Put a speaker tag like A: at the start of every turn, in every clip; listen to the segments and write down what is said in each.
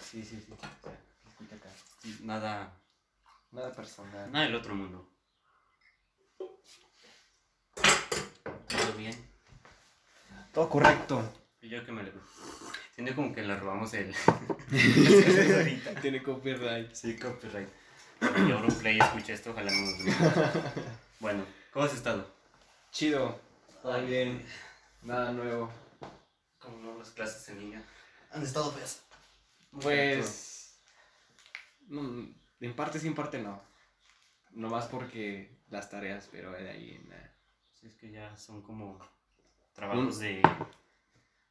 A: Sí, sí, sí.
B: O sea, fíjate acá.
A: Nada,
B: Nada personal.
A: nada del otro mundo. Todo bien.
B: Todo correcto.
A: Y yo que me le... Siento como que le robamos el...
C: Tiene copyright.
A: Sí, copyright. Yo abro play y escuché esto, ojalá no nos vean. Bueno, ¿cómo has estado?
B: Chido. Todo bien. Nada nuevo.
A: Como no las clases en línea.
C: Han estado feas.
B: Pues. no, en parte sí, en parte no. Nomás porque las tareas, pero de ahí eh, nada.
A: Sí, es que ya son como trabajos de...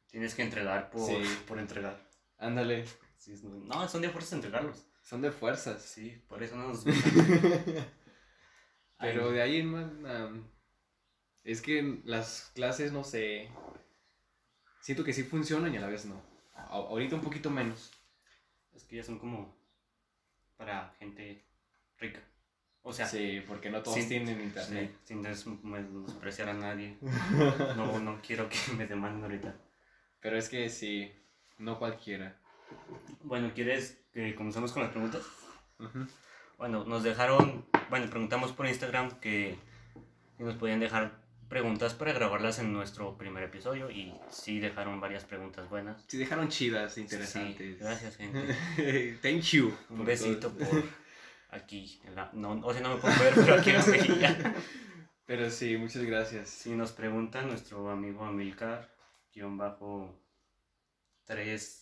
A: Tienes que entregar por,
B: Sí.
A: por entregar.
B: Ándale.
A: Sí, es- no, son de fuerzas entregarlos.
B: Son de fuerzas.
A: Sí, por eso no nos gusta.
B: Pero
A: Ay,
B: de ahí en más. nada. es que las clases, no sé. Siento que sí funcionan y a la vez no. A- ahorita un poquito menos.
A: Es que ya son como para gente rica. O sea,
B: sí, porque no todos
A: sí,
B: tienen
A: sí,
B: internet.
A: sin des- menospreciar a nadie. No, no quiero que me demanden ahorita.
B: Pero es que sí, no cualquiera.
A: Bueno, ¿quieres que comencemos con las preguntas? Bueno, nos dejaron, bueno, preguntamos por Instagram que si nos podían dejar preguntas para grabarlas en nuestro primer episodio y sí dejaron varias preguntas buenas.
B: Sí, dejaron chidas,
A: Sí,
B: interesantes.
A: gracias, gente.
B: Thank you.
A: Un
B: por
A: besito
B: todo.
A: por aquí. en la- no, o sea, no me puedo ver, pero aquí en la mejilla.
B: Pero sí, muchas gracias.
A: Si nos pregunta nuestro amigo Amilcar, guión bajo 3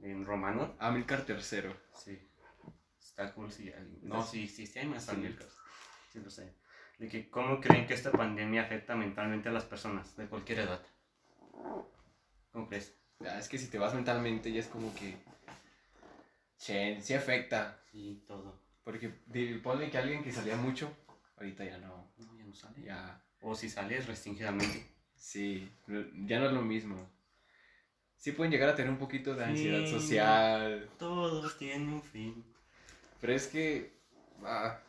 A: en romano.
B: Amilcar tercero.
A: Sí. Está cool si hay- No, sí, sí, sí hay más
B: Sí.
A: Amilcars. Sí lo sé. De que cómo creen que esta pandemia afecta mentalmente a las personas de cualquier edad. ¿Cómo crees?
B: Ah, es que si te vas mentalmente ya es como que... Chen, sí afecta.
A: Sí, todo.
B: Porque di- ponle que alguien que salía mucho, ahorita ya no.
A: No, ya no sale.
B: Ya,
A: O si sales restringidamente.
B: sí, no- ya no es lo mismo. Sí pueden llegar a tener un poquito de ansiedad
A: Sí.
B: social.
A: Todos tienen un fin.
B: Pero es que... ah,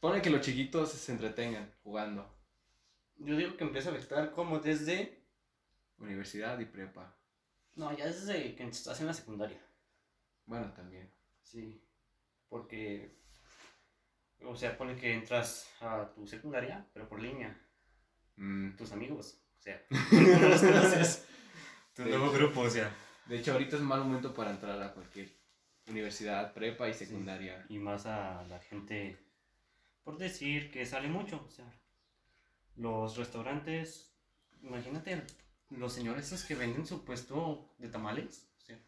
B: ponle que los chiquitos se entretengan jugando.
A: Yo digo que empieza a afectar como desde.
B: Universidad y prepa.
A: No, ya desde que estás en la secundaria.
B: Bueno, también.
A: Sí. Porque. O sea, pone que entras a tu secundaria, pero por línea.
B: Mm,
A: Tus amigos. O sea, no los conoces. Tu
B: Sí.
A: nuevo grupo, o sea.
B: De hecho, ahorita es mal momento para entrar a cualquier universidad, prepa y secundaria.
A: Y más a la gente. Por decir que sale mucho. O sea, los restaurantes. Imagínate los señores esos que venden su puesto de tamales. O sea,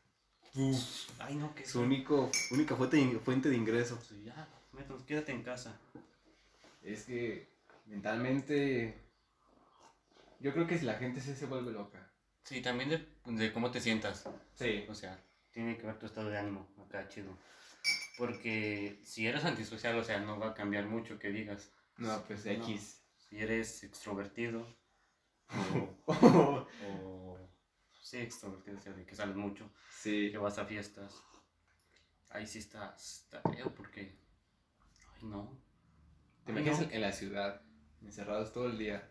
A: ay, no, que
B: Su único, única fuente de, in- fuente de ingreso.
A: Sí, ya, métanos, quédate en casa.
B: Es que mentalmente. Yo creo que si la gente sí se vuelve loca.
A: Sí, también de, de cómo te sientas.
B: Sí.
A: O sea, tiene que ver tu estado de ánimo acá, chido. Porque si eres antisocial, o sea, no va a cambiar mucho que digas.
B: No, pues
A: No.
B: X.
A: Si eres extrovertido, o, o- sí, extrovertido, o sea, de que sales mucho,
B: sí.
A: que vas a fiestas, ahí sí está, está feo porque, ay, no.
B: Te
A: Ay,
B: imaginas
A: no.
B: en la ciudad, encerrados todo el día.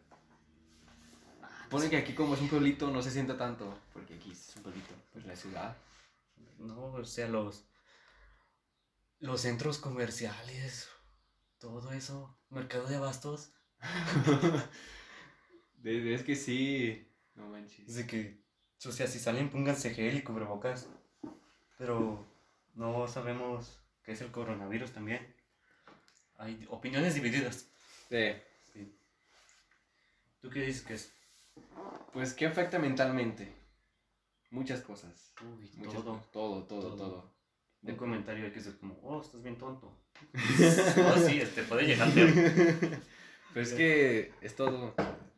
B: Pone que aquí, como es un pueblito, no se sienta tanto. Porque aquí es un pueblito. Pues la ciudad.
A: No, o sea, los, los centros comerciales, todo eso, mercado de abastos.
B: De- de- es que sí. No manches.
A: Es de que, o sea, si salen, pónganse gel y cubrebocas. Pero no sabemos qué es el coronavirus también. Hay opiniones divididas.
B: Sí.
A: ¿Tú qué dices que es?
B: Pues, ¿qué afecta mentalmente? Muchas cosas.
A: Uy,
B: Muchas cosas. Todo, todo,
A: Todo.
B: todo.
A: Un comentario que es como, oh, estás bien tonto. oh, sí, este puede llegar. pero-
B: Pero es que es todo,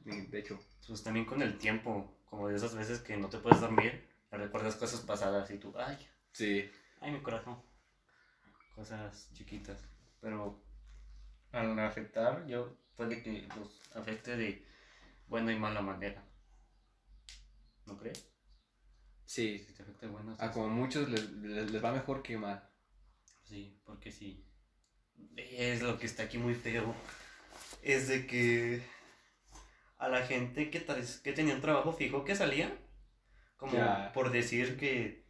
B: de hecho.
A: Pues también con el tiempo, como de esas veces que no te puedes dormir, recuerdas cosas pasadas y tú, ay,
B: Sí.
A: Ay, mi corazón. Cosas chiquitas. Pero al afectar, yo puede que los afecte de buena y mala manera. ¿No crees?
B: Sí.
A: Si te afecta de buena.
B: A
A: sí.
B: Ah, como muchos les, les- les va mejor que mal.
A: Sí, porque sí. Es lo que está aquí muy feo. Es de que a la gente que, tra- que tenía un trabajo fijo que salía, como
B: Ya.
A: por decir que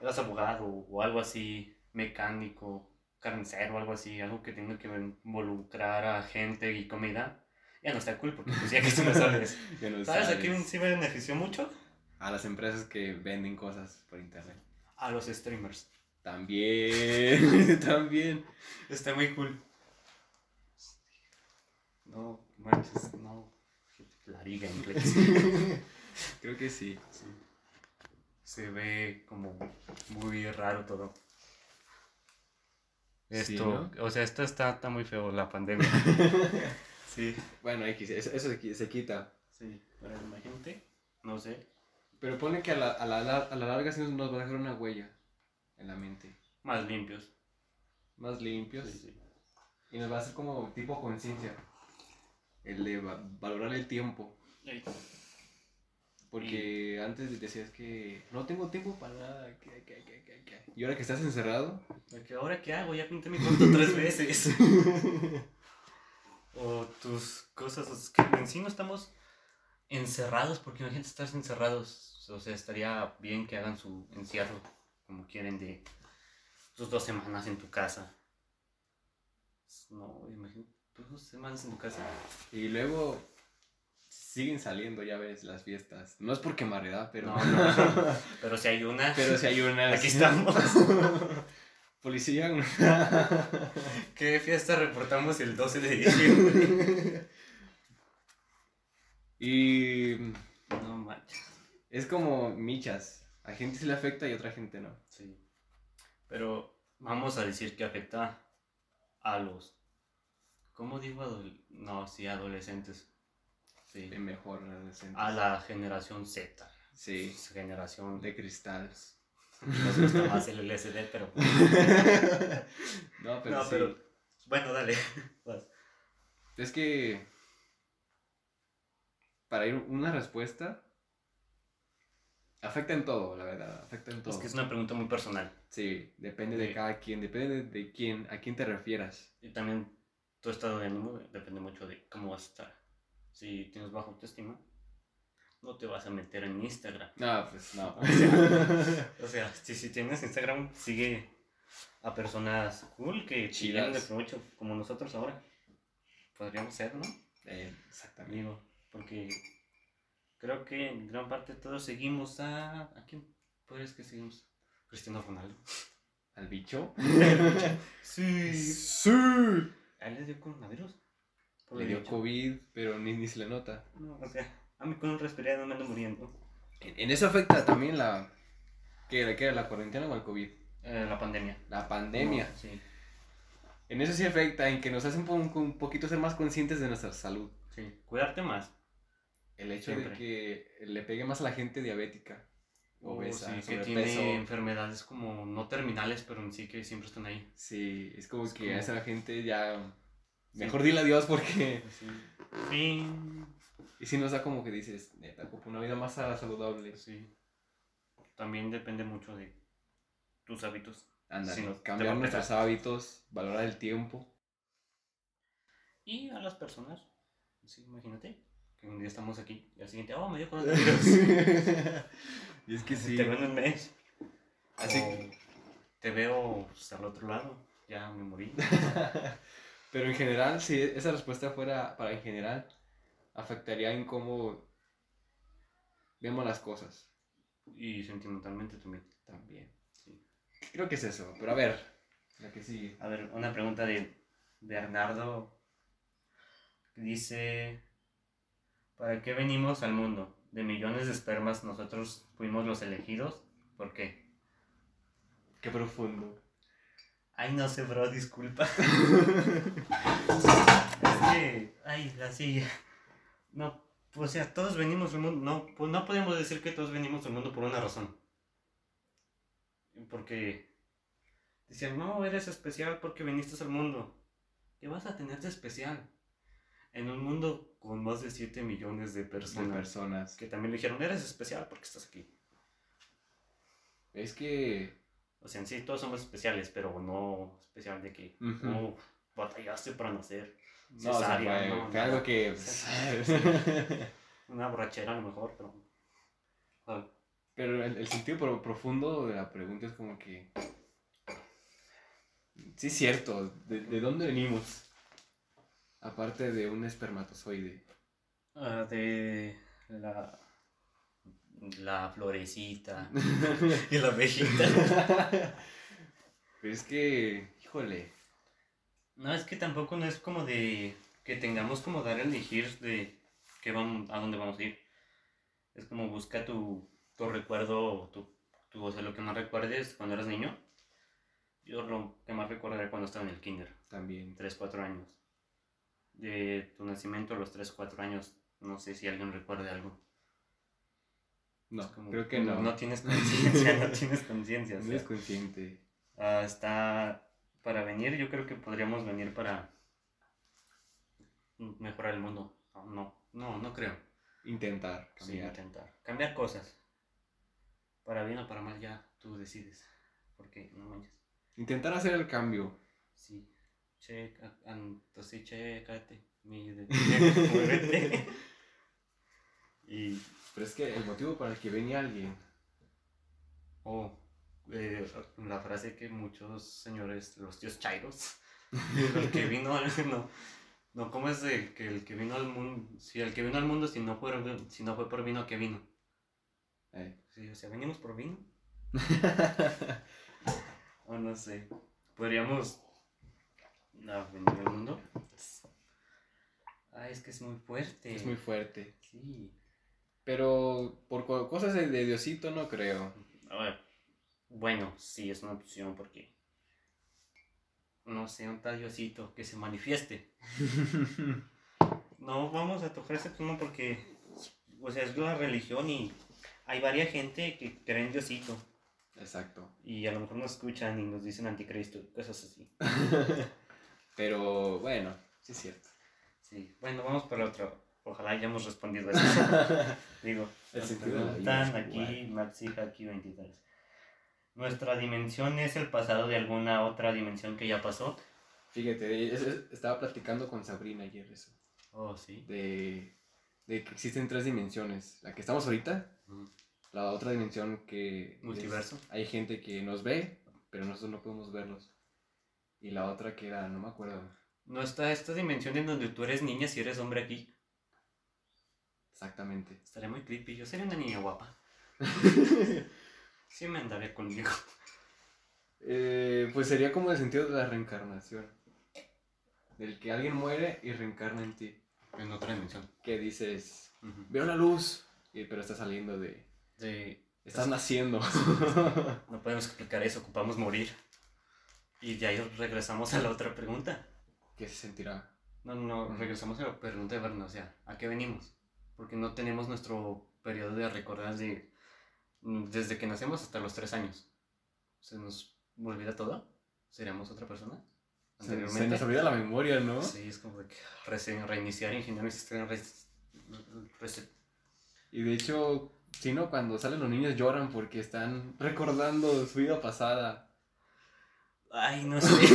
A: eras abogado o algo así, mecánico, carnicero, algo así, algo que tenga que involucrar a gente y comida, ya no está cool porque pues ya que tú no sabes.
B: Ya no
A: ¿Sabes a
B: sabes.
A: quién sí benefició mucho?
B: A las empresas que venden cosas por internet.
A: A los streamers.
B: También, también.
A: Está muy cool. No, manches, no. La liga en Play.
B: Creo que sí.
A: Se ve como muy raro todo. Esto,
B: Sí, ¿no?
A: o sea, esto está, está muy feo, la pandemia. sí.
B: Bueno, X, eso, eso se qui- se quita.
A: Sí, pero imagínate, no sé.
B: Pero pone que a la, a la, lar- a la larga sí nos va a dejar una huella en la mente.
A: Más limpios.
B: Más limpios.
A: Sí, sí.
B: Y nos va a hacer como tipo conciencia. El de va- valorar el tiempo.
A: Ey, Mm.
B: Porque antes decías que no tengo tiempo para nada. que- que- que- que- que". Y ahora que estás encerrado,
A: ¿de que ¿Ahora qué hago? Ya pinté mi cuarto tres veces. o tus cosas, es que en sí no estamos encerrados, porque imagínate estar encerrados. O sea, estaría bien que hagan su encierro, como quieren, de sus dos semanas en tu casa. No, imagínate, pues, dos semanas en tu casa.
B: Y luego siguen saliendo, ya ves, las fiestas. No es por quemarredad, pero.
A: No, no. Pero si hay una,
B: pero si hay unas.
A: aquí estamos.
B: Policía.
A: ¿Qué fiesta reportamos el 12 de diciembre?
B: y.
A: No manches.
B: Es como michas. A gente se le afecta y a otra gente no.
A: Sí. Pero vamos a decir que afecta a los. ¿Cómo digo? adol- No, sí, adolescentes. Sí.
B: De mejor adolescentes.
A: A la generación Z.
B: Sí.
A: Generación de.
B: De cristales.
A: Nos gusta más el LSD, pero.
B: no, pero,
A: no,
B: sí.
A: pero. Bueno, dale. Vas.
B: Es que. Para ir una respuesta. Afecta en todo, la verdad. Afecta en todo.
A: Es que es una pregunta muy personal.
B: Sí, depende de
A: Sí.
B: cada quien, depende de, de quién, a quién te refieras.
A: Y también tu estado de ánimo depende mucho de cómo vas a estar. Si tienes baja autoestima, no te vas a meter en Instagram.
B: No, pues no.
A: O sea, si, si tienes Instagram, sigue a personas cool que
B: Chidas.
A: chillan de provecho, como nosotros ahora. Podríamos ser, ¿no?
B: Eh, exactamente.
A: Amigo, porque creo que en gran parte todos seguimos a. ¿A quién puedes que seguimos? Cristiano Ronaldo.
B: ¿Al bicho?
A: Sí.
B: Sí.
A: ¿A él le dio coronavirus? Por
B: Le
A: lo
B: dio
A: dicho.
B: COVID, pero ni, ni se le nota.
A: No, o sea, a mí con un resfriado me ando muriendo.
B: En, en eso afecta también la... ¿Qué era? ¿Qué era? ¿La cuarentena o el COVID?
A: Eh, la pandemia.
B: La pandemia.
A: No, sí,
B: En eso sí afecta, en que nos hace un, po- un poquito ser más conscientes de nuestra salud.
A: sí. Cuidarte más.
B: El hecho
A: Siempre.
B: de que le pegue más a la gente diabética,
A: O
B: obesa,
A: sí, que
B: sobrepeso.
A: tiene enfermedades como no terminales, pero en sí que siempre están ahí.
B: Sí, es como
A: Es
B: que
A: como-
B: a esa gente ya...
A: Sí.
B: Mejor dile adiós porque...
A: Sí. Sí.
B: Y si nos da como que dices, neta, ocupo una vida más saludable.
A: sí. También depende mucho de tus hábitos.
B: Ándale,
A: Sí, no, te va a
B: cambiar
A: pegar.
B: nuestros hábitos, valorar el tiempo.
A: Y a las personas. Sí, imagínate que un día estamos aquí y al siguiente, oh, me dio coronavirus.
B: y es que sí.
A: Te veo en un mes.
B: Así-
A: O te veo pues, al otro lado. Ya me morí.
B: Pero en general, si esa respuesta fuera para en general, afectaría en cómo vemos las cosas
A: Y sentimentalmente también.
B: también.
A: Sí.
B: Creo que es eso, pero a ver, la que sigue.
A: A ver, una pregunta de Bernardo. Dice, ¿para qué venimos al mundo? De millones de espermas nosotros fuimos los elegidos. ¿Por qué?
B: Qué profundo.
A: Ay, no sé, bro, disculpa. es que, ay, la silla. No, o sea, todos venimos al mundo. No, pues no podemos decir que todos venimos al mundo por una razón. Porque dicen, no, eres especial porque viniste al mundo. ¿Qué vas a tener de especial? En un mundo con más de 7 millones de
B: Son
A: personas.
B: personas.
A: Que también le dijeron, eres especial porque estás aquí.
B: Es que.
A: O sea, en sí todos somos especiales, pero no especial de que
B: Ujú.
A: "Oh, batallaste para nacer.
B: No, o sea,
A: Cesárea,
B: fue-
A: no,
B: fue
A: no.
B: algo que.
A: Una borrachera a lo mejor, pero. Ah,
B: Pero el, el sentido pro- profundo de la pregunta es como que... Sí, es cierto. ¿De, de dónde venimos? Aparte de un espermatozoide.
A: Ah, de la, la florecita y la abejita.
B: Pero es que, híjole.
A: No, es que tampoco no es como de que tengamos como dar a elegir de qué vamos, a dónde vamos a ir. Es como busca tu, tu recuerdo, tu, tu- o sea, lo que más recuerdes cuando eras niño. Yo lo que más recordaré cuando estaba en el kinder,
B: También.
A: 3-4 años. De tu nacimiento a los 3-4 años, no sé si alguien recuerde algo. Es
B: No,
A: como-
B: creo que no.
A: No tienes conciencia, no tienes conciencia. o
B: No
A: sea.
B: es consciente.
A: Ah, está para venir, yo creo que podríamos venir para mejorar el mundo. No, no, no, no creo.
B: Intentar
A: Sí,
B: cambiar.
A: intentar. Cambiar cosas. Para bien o para mal ya tú decides. Porque no manches.
B: Intentar hacer el cambio.
A: Sí. Checa, entonces checate. Mi de- muévete. Y
B: Pero es que el motivo para el que venía alguien.
A: oh, eh, la frase que muchos señores, los tíos chairos, el que vino al no, no cómo es de que el que vino al mundo, si el que vino al mundo si no fue si no fue por vino ¿a qué vino.
B: Eh.
A: Sí, o sea, venimos por vino o no sé. Podríamos no, venir al mundo. Ah, es que es muy fuerte.
B: es muy fuerte.
A: Sí.
B: Pero por co- cosas de, de Diosito no creo.
A: A ver, bueno, sí, es una opción porque no sé, un tal Diosito que se manifieste. No vamos a tocar ese tema porque, o sea, es la religión y hay varias gente que cree en Diosito
B: Exacto.
A: y a lo mejor nos escuchan y nos dicen anticristo, cosas así.
B: Pero bueno, sí es cierto.
A: Sí, bueno, vamos para otro. Ojalá hayamos respondido a eso. Digo,
B: El
A: nos
B: sentido de la vida
A: preguntan
B: es jugar.
A: aquí, Maxi aquí 23. ¿Nuestra dimensión es el pasado de alguna otra dimensión que ya pasó?
B: Fíjate, es- es- estaba platicando con Sabrina ayer eso.
A: Oh, sí.
B: De, de que existen tres dimensiones. La que estamos ahorita, la otra dimensión que... es-
A: Multiverso.
B: hay gente que nos ve, pero nosotros no podemos verlos. Y la otra que era, no me acuerdo.
A: ¿No está esta dimensión en donde tú eres niña si eres hombre aquí?
B: Exactamente.
A: Estaré muy creepy. Yo sería una niña guapa. Sí me andaré conmigo.
B: Eh, pues sería como el sentido de la reencarnación. Del que alguien muere y reencarna en ti.
A: En otra dimensión.
B: Que dices, veo la luz, y- pero está saliendo de...
A: Sí.
B: Estás naciendo.
A: No podemos explicar eso, ocupamos morir. Y de ahí regresamos a la otra pregunta.
B: ¿Qué se sentirá?
A: No, no, no,
B: Ujú.
A: regresamos a la pregunta de Berna, o sea, ¿a qué venimos? Porque no tenemos nuestro periodo de recordar de, mm, desde que nacemos hasta los tres años. ¿Se nos olvida todo? ¿Seremos otra persona?
B: Se, se nos olvida la memoria, ¿no?
A: Sí, es como de que rese- reiniciar, ingeniero, sistema, res- rese-
B: Y de hecho, si no, cuando salen los niños lloran porque están recordando su vida pasada.
A: Ay, no sé.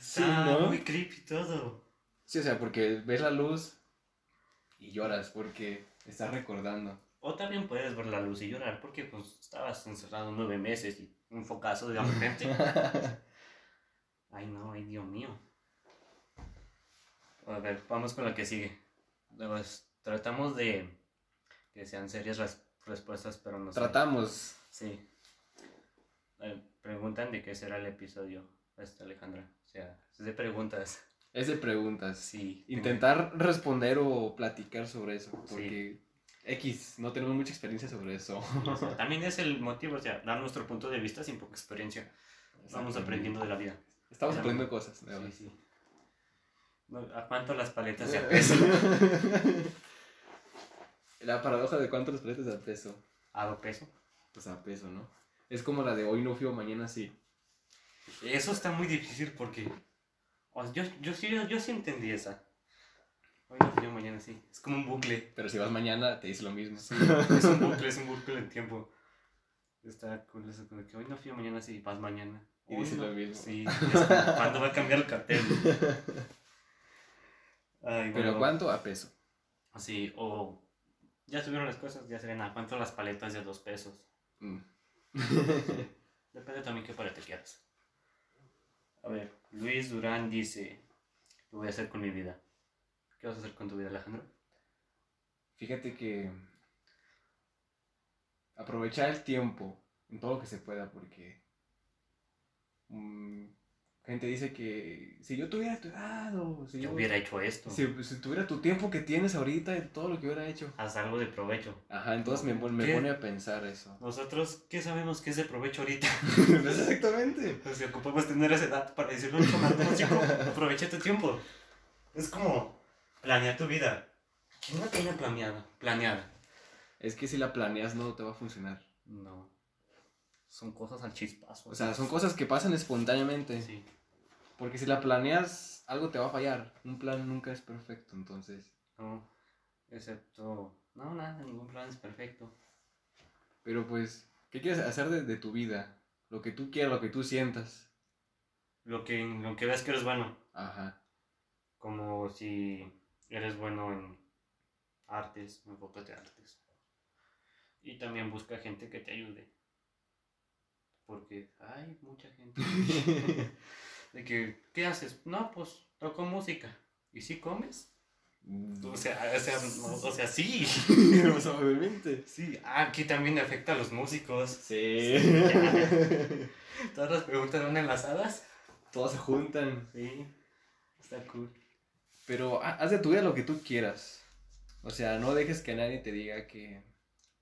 B: Sí,
A: Está
B: ¿no?
A: muy creepy todo.
B: Sí, o sea, porque ves la luz y lloras porque estás recordando.
A: O también puedes ver la luz y llorar porque pues estabas encerrado nueve meses y un focazo de repente. Ay, no, ay, Dios mío. A ver, vamos con la que sigue. Las- tratamos de que sean serias las respuestas, pero no sé.
B: Tratamos.
A: Sí. Eh, Preguntan de qué será el episodio, este, Alejandra. O sea, es de preguntas.
B: Es de preguntas.
A: Sí.
B: Intentar responder o platicar sobre eso.
A: Sí.
B: Porque X, no tenemos mucha experiencia sobre eso.
A: O sea, también es el motivo, o sea, dar nuestro punto de vista sin poca experiencia. Vamos aprendiendo de la vida.
B: Estamos aprendiendo cosas. nada
A: Sí,
B: más.
A: sí. No, ¿A cuánto las paletas
B: Eh.
A: de a peso?
B: la paradoja de cuántos los paletas a peso.
A: ¿A do peso?
B: Pues a peso, ¿no? Es como la de hoy no fío, mañana sí.
A: Eso está muy difícil porque. o sea, yo, yo, sí, yo sí entendí esa. Hoy no fui yo, mañana sí. Es como un bucle.
B: Pero si vas mañana, te dice lo mismo.
A: Es un bucle, es un bucle en tiempo. Está cool eso como que hoy no fui yo, mañana sí, vas mañana.
B: Y
A: Hoy
B: dice
A: no-
B: lo mismo.
A: Sí, es como, ¿cuándo va a cambiar el cartel? Ay,
B: Pero
A: bueno.
B: ¿cuánto? A peso.
A: Sí, o Ya subieron las cosas, ya serán a cuánto las paletas de dos pesos.
B: Mm.
A: Depende también qué paleta quieras. A ver, Luis Durán dice, ¿qué voy a hacer con mi vida? ¿Qué vas a hacer con tu vida, Alejandro?
B: Fíjate que aprovechar el tiempo en todo lo que se pueda porque mm, gente dice que si yo tuviera tu edad o si
A: Yo hubiera hecho esto.
B: si, si tuviera tu tiempo que tienes ahorita y todo lo que hubiera hecho.
A: Haz algo de provecho.
B: Ajá, entonces me, pon- me
A: ¿Qué?
B: pone a pensar eso.
A: Nosotros, ¿qué sabemos que es de provecho ahorita?
B: Pues exactamente.
A: Pues si ocupamos tener esa edad para decirle a un chamaco, chico, aprovecha tu tiempo. Es como planear tu vida. ¿Quién la tiene planeada? Planeada.
B: Es que si la planeas no te va a funcionar.
A: No. Son cosas al chispazo.
B: O sea, son cosas que pasan espontáneamente.
A: Sí.
B: Porque si la planeas, algo te va a fallar. Un plan nunca es perfecto, entonces.
A: No. Excepto. No, nada, ningún plan es perfecto.
B: Pero pues, ¿qué quieres hacer de, de tu vida? Lo que tú quieras, lo que tú sientas.
A: Lo que, lo que veas que eres bueno.
B: Ajá.
A: Como si eres bueno en artes, enfócate en artes. Y también busca gente que te ayude. Porque hay mucha gente. de que, ¿qué haces? No, pues toco música. ¿Y si comes? O
B: Mm.
A: sea, o sea, no, o sea sí.
B: Pues, obviamente.
A: Sí, ah, aquí también afecta a los músicos.
B: Sí.
A: Todas las preguntas van enlazadas.
B: Todos se juntan.
A: Sí, está cool.
B: Pero ha- haz de tu vida lo que tú quieras. O sea, no dejes que nadie te diga que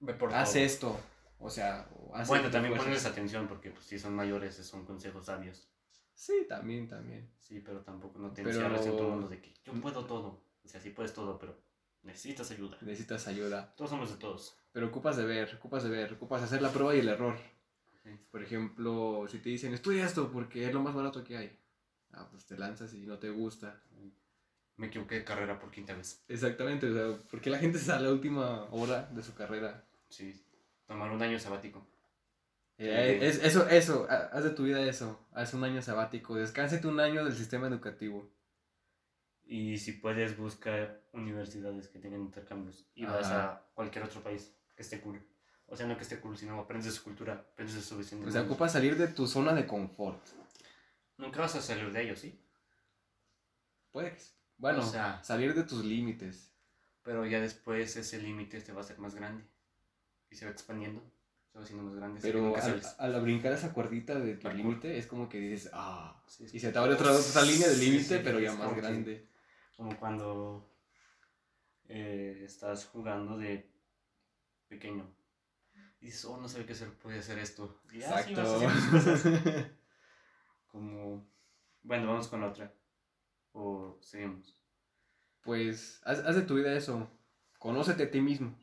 A: Ve por
B: haz
A: todo.
B: esto. O sea, o haz
A: Bueno,
B: esto,
A: también
B: pues.
A: ponles atención porque pues si son mayores son consejos sabios.
B: Sí, también, también.
A: Sí, pero tampoco no te
B: Pero-
A: encierres en tu mundo de que yo puedo todo. O sea, sí puedes todo, pero necesitas ayuda.
B: Necesitas ayuda.
A: Todos somos de todos.
B: Pero ocupas de ver, ocupas de ver, ocupas de hacer la prueba y el error.
A: Sí.
B: Por ejemplo, si te dicen, estudia esto porque es lo más barato que hay. Ah, pues te lanzas y no te gusta.
A: Me equivoqué de carrera por quinta vez.
B: Exactamente, o sea, porque la gente se sale a la última hora de su carrera.
A: Sí, tomar un año sabático.
B: Eh,
A: Sí.
B: es- eso, eso, ha- haz de tu vida eso. Haz un año sabático, descánsate un año del sistema educativo.
A: Y si puedes, busca universidades que tengan intercambios y vas
B: Ajá.
A: a cualquier otro país que esté cool. O sea, no que esté cool, sino aprendes de su cultura, aprendes de su vecindad.
B: O sea, ocupas salir de tu zona de confort.
A: Nunca vas a salir de ellos, ¿sí?
B: Puedes. Bueno,
A: O sea-
B: salir de tus límites.
A: Pero ya después ese límite te va a hacer más grande. Y se va expandiendo, se va haciendo más grande. así que
B: Pero
A: nunca
B: al,
A: sabes.
B: al brincar esa cuerdita de tu
A: Parkour.
B: límite, es como que dices, ah.
A: Sí, es
B: Y se te abre otra, otra línea de
A: Sí,
B: límite,
A: sí,
B: pero ya
A: es
B: más
A: como que-
B: grande.
A: Como cuando eh, estás jugando de pequeño. Y dices, oh, no sabía que se puede hacer esto. Y ya, sí, vas haciendo tus cosas.
B: Exacto.
A: Como. Bueno, vamos con la otra. O seguimos.
B: pues haz, haz de tu vida eso. Conócete a ti mismo.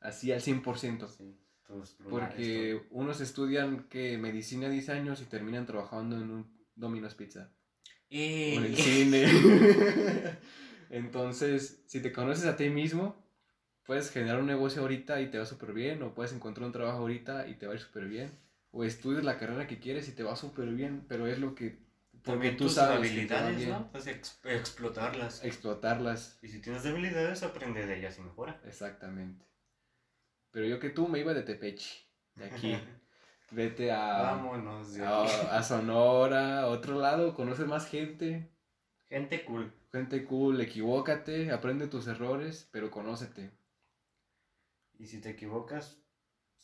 B: Así al 100%.
A: Sí, tus lugares,
B: Porque unos estudian que medicina 10 años y terminan trabajando en un Domino's Pizza.
A: todo.
B: O en el
A: ¡Ey!
B: cine. Entonces, si te conoces a ti mismo, puedes generar un negocio ahorita y te va súper bien. O puedes encontrar un trabajo ahorita y te va a ir súper bien. O estudias la carrera que quieres y te va súper bien. Pero es lo que. Porque
A: También
B: tú
A: tus
B: sabes. que te va
A: habilidades,
B: bien.
A: ¿no? Pues ex- explotarlas.
B: Explotarlas.
A: Y si tienes debilidades, aprende de ellas y mejora.
B: Exactamente. Pero yo que tú me iba de Tepechi. De aquí. Vete a.
A: Vámonos de aquí.
B: a, a Sonora, a otro lado, conoce más gente,
A: Gente cool.
B: gente cool, equivócate, aprende tus errores, pero conócete.
A: Y si te equivocas,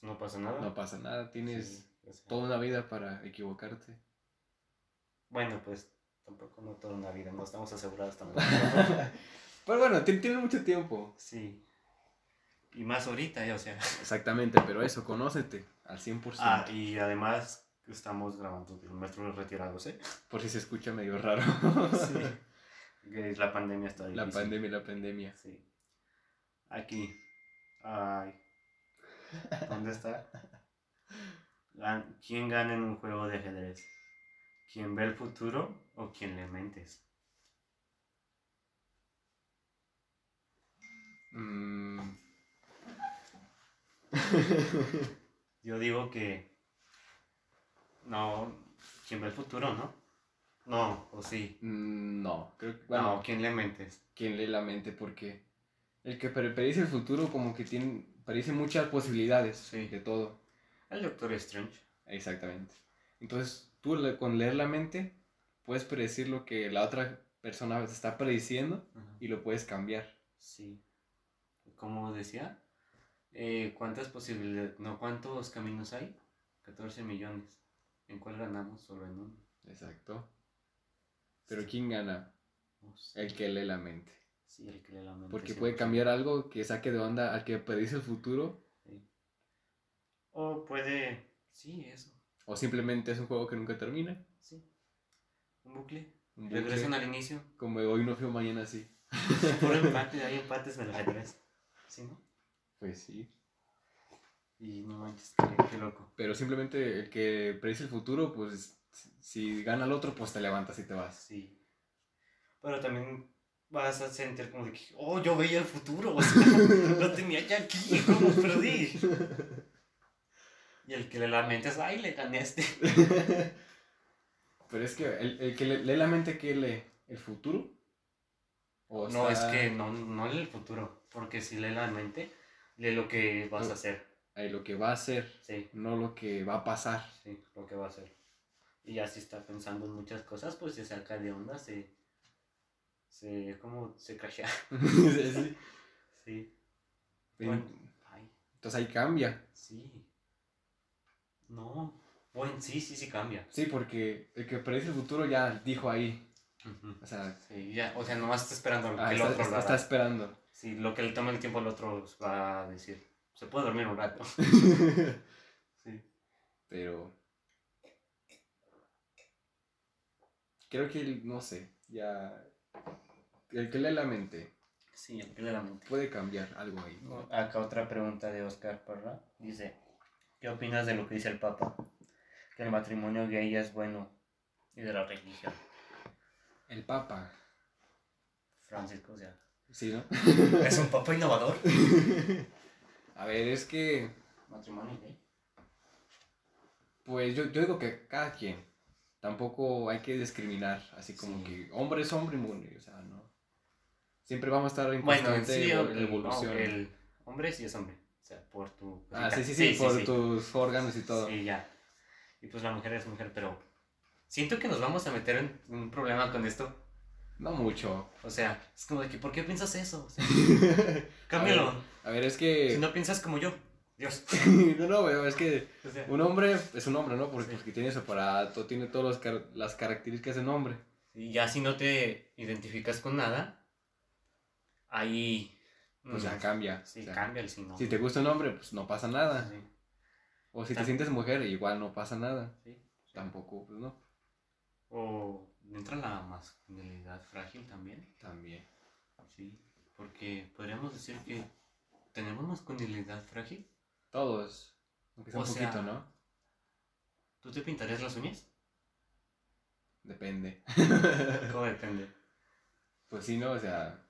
A: pues no pasa nada.
B: No pasa nada, tienes
A: Sí, o sea,
B: toda una vida para equivocarte.
A: Bueno, pues tampoco no toda una vida, no estamos asegurados tampoco.
B: pero bueno, ti- tiene mucho tiempo.
A: sí. Y más ahorita, ya, o sea.
B: Exactamente, pero eso, conócete al 100%.
A: Ah, y además estamos grabando de maestros retirados, ¿eh?
B: Por si se escucha medio raro.
A: Que la pandemia está difícil.
B: la pandemia, la pandemia.
A: Sí. Aquí. Ay. ¿Dónde está? Gan- ¿Quién gana en un juego de ajedrez? ¿Quién ve el futuro o quién le mentes?
B: Mm,
A: Yo digo que. No. ¿Quién ve el futuro, no? No, o sí.
B: mm, no, creo que...
A: no,
B: Bueno,
A: ¿quién le mentes?
B: quien lee la mente, porque El que pre- predice el futuro como que tiene, predice muchas posibilidades
A: Sí.
B: de todo.
A: El Doctor Strange.
B: Exactamente. Entonces, tú le- con leer la mente puedes predecir lo que la otra persona te está prediciendo y lo puedes cambiar.
A: Sí. Como decía, eh, ¿cuántas posibilidades? No, ¿cuántos caminos hay? 14 millones. ¿En cuál ganamos? Solo en uno.
B: Exacto. Pero ¿quién gana?
A: No sé.
B: El que lee la mente.
A: Sí, el que le la mente
B: Porque
A: se
B: puede
A: puso.
B: cambiar algo que saque de onda al que predice el futuro
A: O puede. Sí, eso.
B: o simplemente es un juego que nunca termina.
A: Sí. Un bucle.
B: Un bucle.
A: Regresan al inicio.
B: Como hoy no fue mañana así.
A: Puro empate, hay empates en el ajedrez. Sí, ¿no?
B: Pues sí.
A: Y no manches, qué, qué loco.
B: Pero simplemente el que predice el futuro, pues si gana el otro, pues te levantas y te vas.
A: Sí. Pero también vas a sentir como de que, oh, yo veía el futuro, o sea, lo tenía ya aquí, ¿cómo perdí? Y el que le lamentes, ay, le gané a este.
B: Pero es que el, el que le- lee la mente, ¿qué lee? ¿El futuro? ¿O
A: No, es
B: está-
A: que no, no lee el futuro, porque si lee la mente, lee lo que vas
B: Mm.
A: a hacer.
B: ahí lo que va a hacer,
A: Sí,
B: no lo que va a pasar.
A: sí, lo que va a hacer. Y ya si está pensando en muchas cosas, pues se saca de onda, se. se. como. se crashea.
B: Sí.
A: Sí. Bueno.
B: Entonces
A: Ay.
B: ahí cambia.
A: Sí. No. Bueno, sí, sí, sí cambia.
B: Sí, porque el que predice el futuro ya dijo ahí. O sea,
A: Sí, ya, o sea, nomás está esperando lo
B: ah,
A: que el
B: está,
A: otro
B: está-
A: lo
B: está
A: haga.
B: esperando.
A: Sí, lo que le toma el tiempo al otro va a decir. Se puede dormir un rato. Sí.
B: Pero. Creo que, el- no sé, ya. El que lee la mente
A: Sí, claramente.
B: puede cambiar algo ahí.
A: Acá otra pregunta de Oscar Parra. Dice, ¿qué opinas de lo que dice el Papa? Que el matrimonio gay es bueno y de la religión.
B: El Papa.
A: Francisco, o sea,
B: Sí, ¿no?
A: es un papa innovador.
B: A ver, es que.
A: Matrimonio gay.
B: Pues yo, yo digo que cada quien. Tampoco hay que discriminar, así como
A: Sí.
B: que hombre es hombre y mujer, o sea, no. Siempre vamos a estar en
A: Bueno, en
B: constante
A: sí,
B: evol-
A: el,
B: evolución.
A: el hombre sí es hombre. O sea, por tu.
B: Ah,
A: cosita.
B: sí, sí, sí, por tus órganos y todo.
A: Sí, ya. Y pues la mujer es mujer, pero. Siento que nos vamos a meter en un problema con esto.
B: No mucho.
A: O sea, es como de que, ¿por qué piensas eso? O sea,
B: A
A: cámbialo.
B: ver, eh. A ver, es
A: Si
B: que.
A: no piensas como yo. Dios.
B: no, no, pero es que
A: O sea,
B: un hombre es un hombre, ¿no? Porque,
A: Sí.
B: porque tiene su aparato, tiene todas las car- las características de un hombre.
A: y ya si no te identificas con nada, ahí.
B: Pues ya
A: mm,
B: cambia.
A: Sí,
B: o sea,
A: cambia el signo.
B: Si te gusta un hombre, pues no pasa nada.
A: Sí,
B: O si te
A: Tam-
B: sientes mujer, igual no pasa nada.
A: sí, sí.
B: Tampoco, pues no.
A: O entra la masculinidad frágil también.
B: También.
A: Sí, porque podríamos decir que tenemos masculinidad frágil.
B: Todos. Aunque sea
A: O
B: un
A: sea-
B: poquito, ¿no?
A: ¿Tú te pintarías las uñas?
B: Depende.
A: Todo depende.
B: Pues sí, ¿no? O sea,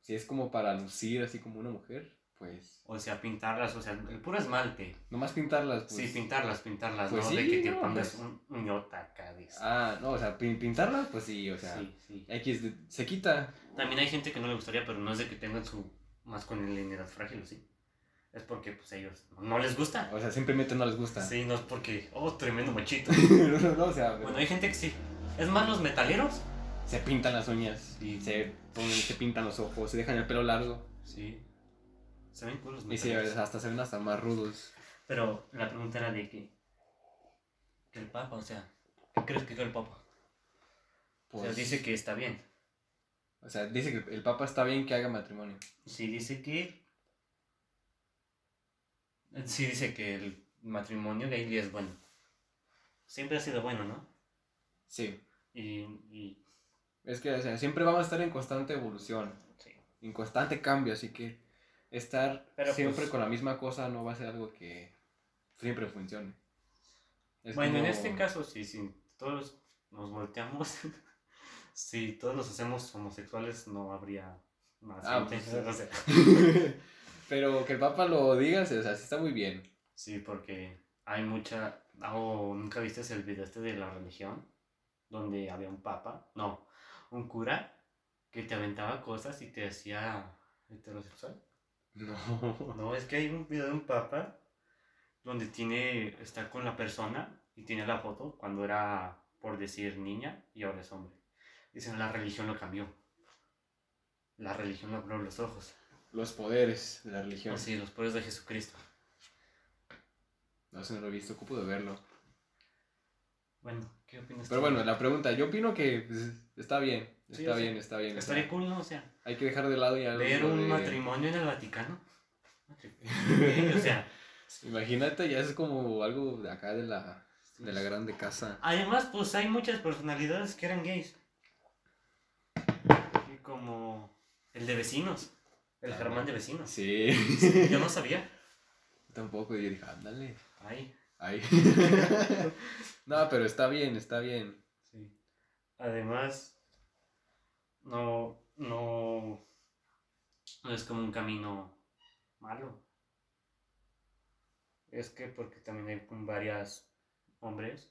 B: si es como para lucir así como una mujer, pues.
A: O sea, pintarlas, o sea, el puro esmalte.
B: Nomás pintarlas, pues.
A: sí, pintarlas, pintarlas,
B: pues
A: no
B: sí,
A: de que te
B: no,
A: pongas
B: pues.
A: un uñota acá. de-
B: Ah, no, o sea, pin- pintarlas, pues sí, o sea.
A: sí, sí.
B: X de- se quita.
A: También hay gente que no le gustaría, pero no es de que tengan su masculinidad frágil, ¿o ¿sí? Es porque, pues, ellos no, no les gusta.
B: O sea, simplemente no les gusta.
A: Sí, no es porque, oh, tremendo machito.
B: no, no, no, o sea,
A: bueno, hay gente que sí. Es más, los metaleros.
B: se pintan las uñas.
A: Sí.
B: Se, ponen- se pintan los ojos, se dejan el pelo largo.
A: Sí. Se ven cool los
B: Y se,
A: metaleros.
B: hasta se ven hasta más rudos.
A: Pero la pregunta era de que, que el Papa, o sea, ¿qué crees que dio el Papa? O sea,
B: Pues,
A: dice que está bien.
B: o sea, dice que el Papa está bien que haga matrimonio.
A: Sí, dice que. Sí, dice que el matrimonio gay es bueno. Siempre ha sido bueno, ¿no?
B: Sí.
A: Y. y
B: Es que, o sea, siempre vamos a estar en constante evolución.
A: sí.
B: en constante cambio, así que estar
A: Pero,
B: siempre
A: pues,
B: con la misma cosa no va a ser algo que siempre funcione. Es
A: Bueno, en
B: como-
A: este caso, sí, si todos nos volteamos, si todos nos hacemos homosexuales, no habría más.
B: Ah,
A: gente,
B: pues,
A: o sea,
B: Pero que el Papa lo diga, sí, o sea, sí está muy bien.
A: Sí, porque hay mucha. ah, o ¿Nunca viste el video este de la religión? Donde había un papa, no, un cura que te aventaba cosas y te hacía ¿Heterosexual?
B: No.
A: No, es que hay un video de un papa donde tiene, está con la persona y tiene la foto cuando era, por decir, niña y ahora es hombre. Dicen, la religión lo cambió. La religión lo abrió los ojos.
B: Los poderes de la religión.
A: Así, los poderes de Jesucristo.
B: No se me lo he visto, ocupo de verlo.
A: Bueno, ¿qué opinas
B: Pero
A: tú?
B: bueno, la pregunta, yo opino que pues, está bien.
A: Sí,
B: Está
A: o sea,
B: bien, está bien. o sea,
A: Estaría cool, ¿no? O sea,
B: hay que dejar de lado ya lo
A: ver un
B: de-
A: matrimonio en el Vaticano. Matri- o sea,
B: Imagínate, ya es como algo de acá de la, de la grande casa.
A: Además, pues hay muchas personalidades que eran gays. Y Como el de vecinos. El
B: Ah,
A: Germán de vecinos.
B: Sí.
A: Yo no sabía.
B: Tampoco, yo dije, ándale.
A: Ay.
B: Ahí. no, pero está bien, está bien.
A: Sí. Además, no, no, no es como un camino malo. Es que porque también hay con varias hombres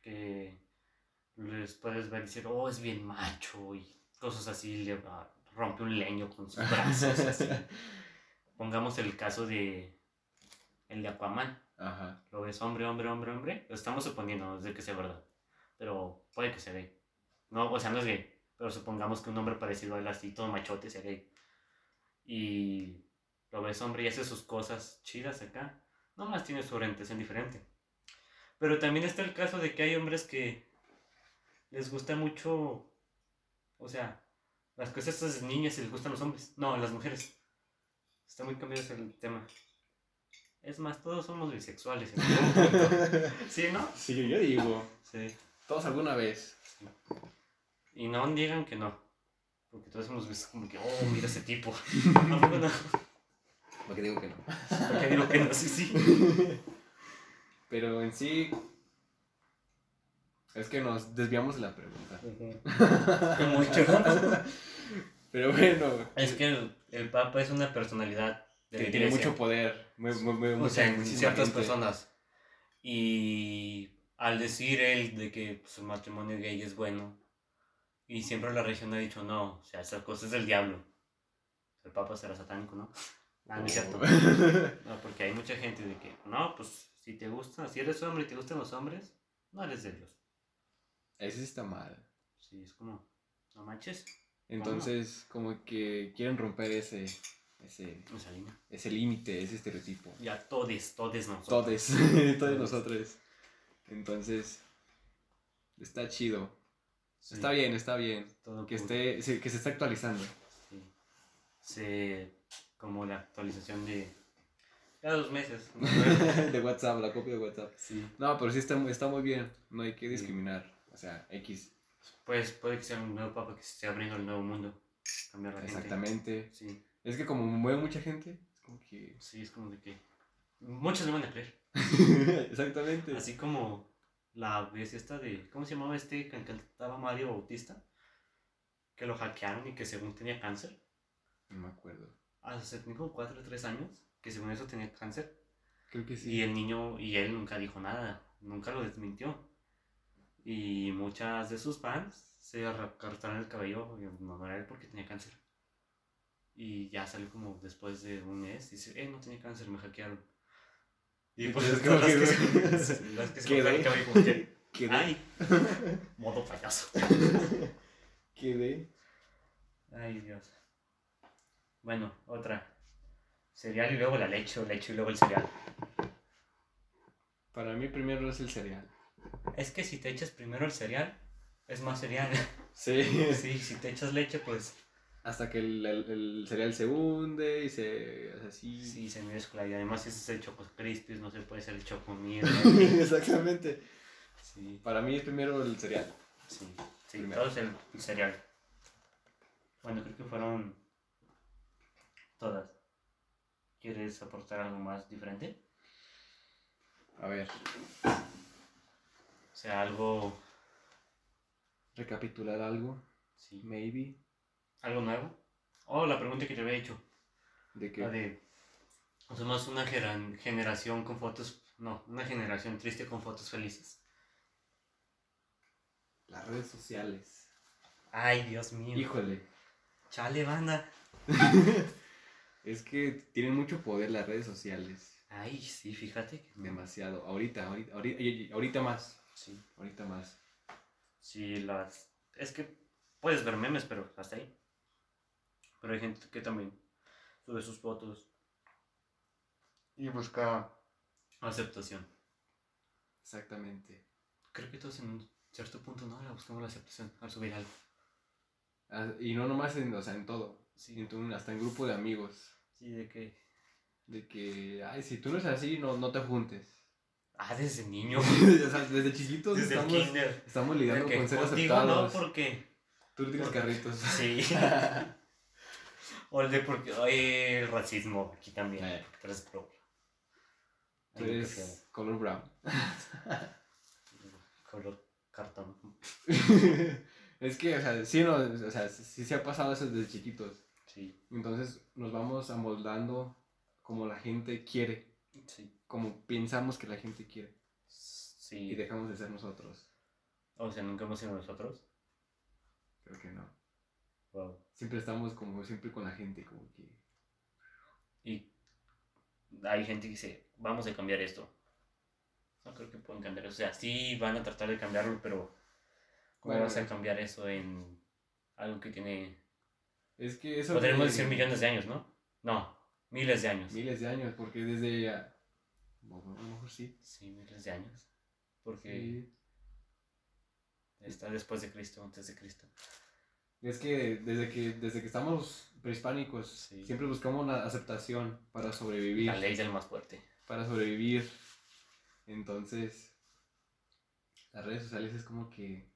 A: que les puedes ver y decir, oh, es bien macho y cosas así, le ah, rompe un leño con sus brazos. así. Pongamos el caso de el de Aquaman
B: Ajá.
A: lo ves hombre, hombre, hombre, hombre, lo estamos suponiendo, no es de que sea verdad, pero puede que sea gay. No, o sea, no es gay, pero supongamos que un hombre parecido a él así, todo machote, sea gay. Y lo ves hombre y hace sus cosas chidas acá, nomás tiene su orientación diferente. Pero también está el caso de que hay hombres que les gusta mucho, o sea, las cosas de esas niñas y les gustan los hombres, no, las mujeres. Está muy cambiado el tema. Es más, todos somos bisexuales. en algún punto. Sí, ¿no?
B: sí, yo digo.
A: Sí.
B: Todos alguna vez.
A: Y no digan que no. Porque todos hemos visto como que, oh, mira ese tipo. ¿A poco no?
B: Porque digo que no.
A: Porque digo que no, sí, sí.
B: Pero en sí. Es que nos desviamos de la pregunta.
A: Mucho.
B: Pero bueno.
A: Es que el, el Papa es una personalidad de la
B: Que tiene
A: iglesia.
B: mucho poder. Muy, muy, muy,
A: O
B: mucha-
A: sea, en
B: muchísima
A: ciertas
B: gente.
A: personas. Y al decir él de que pues, el matrimonio gay es bueno, y siempre la religión ha dicho no, o sea, esas cosas es del diablo. El Papa será satánico, ¿no? Ah, no es cierto. No, porque hay mucha gente de que, no, pues si te gusta, si eres hombre y te gustan los hombres, no eres de Dios.
B: Ese sí está mal.
A: Sí, es como, no manches,
B: Entonces, como que quieren romper ese. Ese,
A: esa línea.
B: ese límite, ese estereotipo.
A: Ya todes, todes nosotros.
B: Todes, todos nosotros. Entonces, está chido.
A: Sí,
B: Está bien, está bien.
A: todo
B: Que,
A: cool.
B: esté, se- que se está actualizando.
A: Sí. Se, como la actualización de cada dos meses. ¿no?
B: de WhatsApp, la copia de WhatsApp.
A: sí.
B: No, pero sí está, mu- está muy bien. No hay que discriminar. O sea, X.
A: Pues puede que sea un nuevo papa que se esté abriendo el nuevo mundo. Cambiar la gente.
B: Exactamente.
A: Sí,
B: Es que como mueve mucha gente, es como que.
A: sí, es como de que muchos le van a creer.
B: Exactamente.
A: Así como la vez esta de, ¿cómo se llamaba este que cantaba Mario Bautista? Que lo hackearon y que según tenía cáncer.
B: No me acuerdo.
A: Hace como 4 o 3 años, que según eso tenía cáncer.
B: Creo que
A: Y
B: sí.
A: el niño y él nunca dijo nada, nunca lo desmintió. Y muchas de sus fans se recortaron el cabello en honor a él porque tenía cáncer. Y ya salió como después de un mes y dice, eh, no tenía cáncer, me hackearon. Y pues
B: Es
A: es
B: como
A: las
B: que-
A: que se, las que se cortaron el
B: Quedé.
A: cabello como que,
B: Quedé.
A: ay, modo payaso.
B: Quedé.
A: Ay, Dios. Bueno, otra. Cereal y luego la leche, o leche y luego el cereal.
B: Para mí primero es el cereal.
A: Es que si te echas primero el cereal, es más cereal.
B: Sí.
A: Sí, si te echas leche, pues
B: Hasta que el, el- el cereal se hunde y se hace así.
A: sí, se mezcla. Y además, si es el Choco Crispies, no se puede ser el Choco Miel.
B: Exactamente.
A: Sí,
B: Para mí es primero el cereal.
A: sí, sí,
B: Primero.
A: todo es el el cereal. Bueno, creo que fueron todas. ¿Quieres aportar algo más diferente?
B: A ver,
A: O sea, algo,
B: recapitular algo,
A: sí,
B: maybe,
A: algo nuevo. Oh, la pregunta que te había hecho.
B: de
A: La
B: que
A: de. Somos una geran- generación con fotos. No, una generación triste con fotos felices.
B: las redes sociales.
A: Ay, Dios mío.
B: Híjole,
A: Chale, banda.
B: Es que tienen mucho poder las redes sociales.
A: Ay, sí, fíjate. que no.
B: Demasiado. Ahorita, ahorita, ahorita, y- y- ahorita más.
A: Sí.
B: Ahorita más.
A: Sí, las. Es que puedes ver memes, pero hasta ahí. Pero hay gente que también sube sus fotos y busca aceptación.
B: Exactamente.
A: Creo que todos en un cierto punto no la buscamos la aceptación al subir algo.
B: Ah, Y no nomás en, o sea, en todo.
A: Sí,
B: En tu- hasta en grupo de amigos.
A: sí de que.
B: De que, ay, si tú no eres así, no, no te juntes.
A: Ah, desde niño.
B: O sea, desde chiquitos
A: desde el
B: estamos,
A: kinder.
B: estamos lidiando
A: De que
B: con ser
A: contigo pues no,
B: aceptados.
A: porque.
B: Tú tienes carritos.
A: Sí. o el de porque. Ay, el racismo aquí también.
B: Eh. Pues
A: porque tú eres pro.
B: Tú
A: Ay, qué
B: eres color brown.
A: feo. Color cartón.
B: es que, o sea, sí, no, o sea, sí se ha pasado eso desde chiquitos.
A: Sí.
B: Entonces nos vamos amoldando como la gente quiere,
A: Sí.
B: como pensamos que la gente quiere. Y
A: Sí.
B: dejamos de ser nosotros.
A: O sea, nunca hemos sido nosotros.
B: Creo que no.
A: Wow.
B: Siempre estamos como siempre con la gente, como que...
A: Y hay gente que dice, vamos a cambiar esto. No creo que puedan cambiar eso. O sea, sí van a tratar de cambiarlo, pero ¿cómo
B: Bueno,
A: vas a
B: eh.
A: cambiar eso en algo que tiene...
B: Es que eso...
A: Podremos
B: de-
A: decir millones de años, ¿no? No, miles de años.
B: Miles de años, porque desde... ah, bueno, A lo mejor sí.
A: Sí, miles de años. Porque
B: Sí.
A: está después de Cristo, antes de Cristo.
B: Es que desde que desde que estamos prehispánicos,
A: Sí.
B: siempre buscamos la aceptación para sobrevivir.
A: La ley del más fuerte.
B: para sobrevivir. Entonces, las redes sociales es como que